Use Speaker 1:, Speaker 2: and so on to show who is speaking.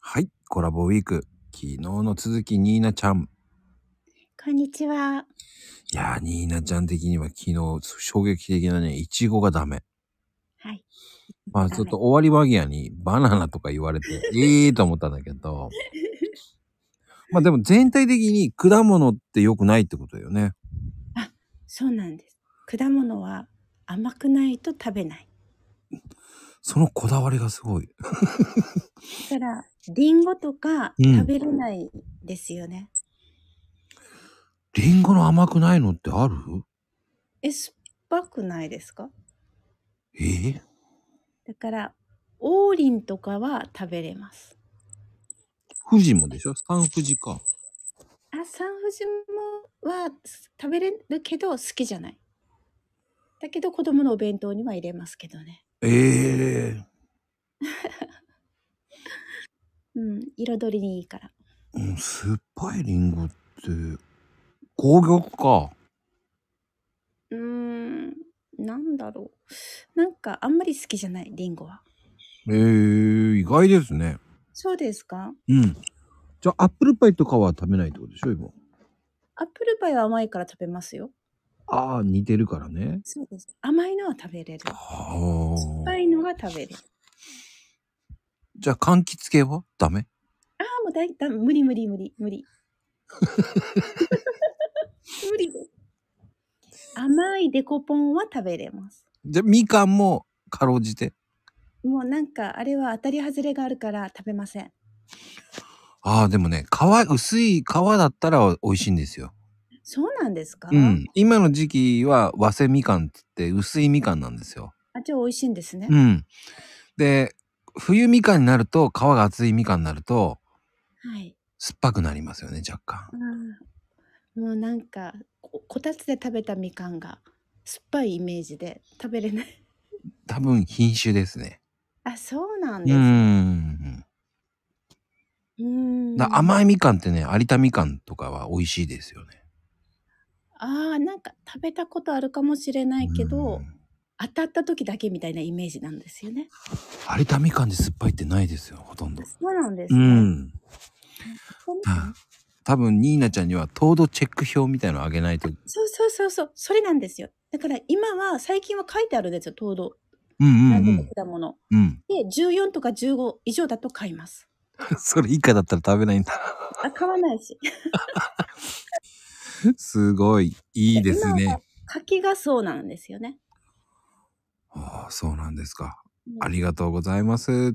Speaker 1: はい、コラボウィーク。昨日の続き、ニーナちゃん。
Speaker 2: こんにちは。
Speaker 1: いやー、ニーナちゃん的には昨日、衝撃的なね、イチゴがダメ。
Speaker 2: はい。
Speaker 1: まあ、ちょっと終わり間際にバナナとか言われて、ええーと思ったんだけど。まあでも全体的に果物って良くないってことだよね。
Speaker 2: そうなんです。果物は甘くないと食べない。
Speaker 1: そのこだわりがすごい。
Speaker 2: だから、リンゴとか
Speaker 1: うん
Speaker 2: 食べれないですよね。
Speaker 1: リンゴの甘くないのってある
Speaker 2: え、酸っぱくないですか
Speaker 1: えー、
Speaker 2: だから、王林とかは食べれます。
Speaker 1: 富士もでしょ三富士か。
Speaker 2: あ、サンフジもは食べれるけど好きじゃない。だけど子供のお弁当には入れますけどね。
Speaker 1: ええ
Speaker 2: うん、彩りにいいから。
Speaker 1: ー。うん、酸っぱいリンゴって、紅玉か。
Speaker 2: うーん、なんだろう。なんかあんまり好きじゃない、リンゴは。
Speaker 1: ええー、意外ですね。
Speaker 2: そうですか
Speaker 1: うん。じゃあ、アップルパイとかは食べないってことでしょ今。
Speaker 2: アップルパイは甘いから食べますよ。
Speaker 1: ああ、似てるからね。
Speaker 2: そうです。甘いのは食べれる。
Speaker 1: あ
Speaker 2: 酸っ
Speaker 1: あ
Speaker 2: ぱ。いのが食べる。
Speaker 1: じゃあ、柑橘系はダメ
Speaker 2: ああ、もうだいだ無理無理 無理無理。無理です。甘いデコポンは食べれます。
Speaker 1: じゃあ、みかんも、かろうじて。
Speaker 2: もうなんかあれは当たり外れがあるから食べません。
Speaker 1: ああ、でもね、皮、薄い皮だったら美味しいんですよ。
Speaker 2: そうなんですか、
Speaker 1: うん。今の時期は、和製みかんって言って、薄いみかんなんですよ。
Speaker 2: あ、じゃあ美味しいんですね。
Speaker 1: うん。で、冬みかんになると、皮が厚いみかんになると、
Speaker 2: はい。
Speaker 1: 酸っぱくなりますよね、若干。
Speaker 2: うんもうなんかここたつで食べたみかんが酸っぱいイメージで食べれない。
Speaker 1: 多分、品種ですね。
Speaker 2: あ、そうなん
Speaker 1: う
Speaker 2: です。
Speaker 1: ん。
Speaker 2: うーん
Speaker 1: だ甘いみかんってね、有田みかんとかは美味しいですよね。
Speaker 2: ああなんか食べたことあるかもしれないけ
Speaker 1: う
Speaker 2: ど、
Speaker 1: ん
Speaker 2: 当たった時だけみたいなイメージなんですよね。
Speaker 1: 有田みかんで酸っぱいってないですよ、ほとんど。
Speaker 2: そうなんです
Speaker 1: う
Speaker 2: ね。
Speaker 1: ん。
Speaker 2: そう
Speaker 1: あ多分、ニーナちゃんには糖度チェック表みたいのあげないと。
Speaker 2: そうそうそうそうそれなんですよ。だから今は最近は書いてあるんですよ糖度
Speaker 1: うんう
Speaker 2: 何
Speaker 1: んう
Speaker 2: 度
Speaker 1: ん
Speaker 2: か。果物。
Speaker 1: うん。
Speaker 2: で14とか15以上だと買います。
Speaker 1: それ以下だったら食べないんだ。
Speaker 2: あ買わないし。
Speaker 1: すごい。いいです
Speaker 2: 今
Speaker 1: ね
Speaker 2: は。柿がそうなんですよね。
Speaker 1: ああ、そうなんですか。
Speaker 2: うん
Speaker 1: ありがとうございます。
Speaker 2: はい